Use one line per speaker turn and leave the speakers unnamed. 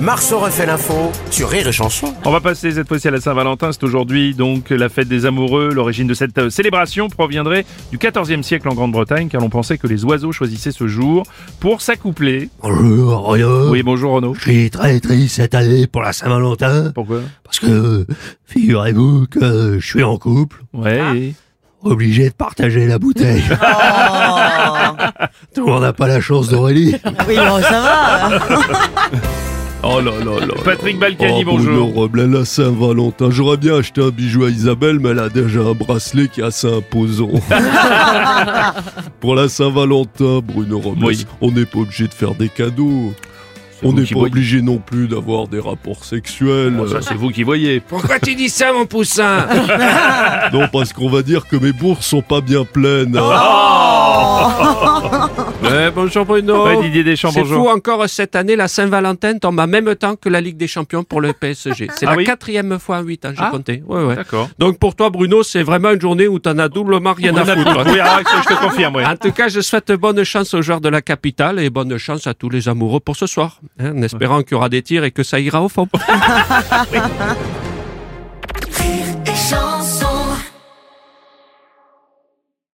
Marceau refait l'info sur Rire et Chanson.
On va passer cette fois-ci à la Saint-Valentin. C'est aujourd'hui donc la fête des amoureux. L'origine de cette euh, célébration proviendrait du XIVe siècle en Grande-Bretagne, car l'on pensait que les oiseaux choisissaient ce jour pour s'accoupler.
Bonjour, Royo.
Euh.
Oui, bonjour Renaud.
Je suis très triste cette année pour la Saint-Valentin.
Pourquoi
Parce que, figurez-vous que je suis en couple,
Ouais.
Ah.
obligé de partager la bouteille.
Ah.
Tout le monde n'a pas la chance d'Aurélie.
Oui, bon, ça va.
Oh là là là.
Patrick Balkany,
Oh,
bonjour.
la Saint-Valentin. J'aurais bien acheté un bijou à Isabelle, mais elle a déjà un bracelet qui est assez imposant. pour la Saint-Valentin, Bruno Robles,
Oui.
on n'est pas obligé de faire des cadeaux.
C'est
On
vous
n'est
qui
pas
voyez.
obligé non plus d'avoir des rapports sexuels.
Bon, ça, c'est vous qui voyez.
Pourquoi tu dis ça, mon poussin
Non, parce qu'on va dire que mes bourses sont pas bien pleines. hein.
Bonjour Bruno.
Ouais, Didier Deschamps,
C'est
bonjour.
fou hein. encore cette année, la Saint-Valentin tombe en même temps que la Ligue des Champions pour le PSG. C'est
Ah
la
oui
quatrième fois en 8 ans, j'ai
Ah.
compté. Ouais, ouais.
D'accord.
Donc pour toi Bruno, c'est vraiment une journée où t'en as doublement rien à foutre.
Oui, alors, ça, je te confirme, ouais.
En tout cas, je souhaite bonne chance aux joueurs de la capitale et bonne chance à tous les amoureux pour ce soir, hein, en espérant qu'il y aura des tirs et que ça ira au fond.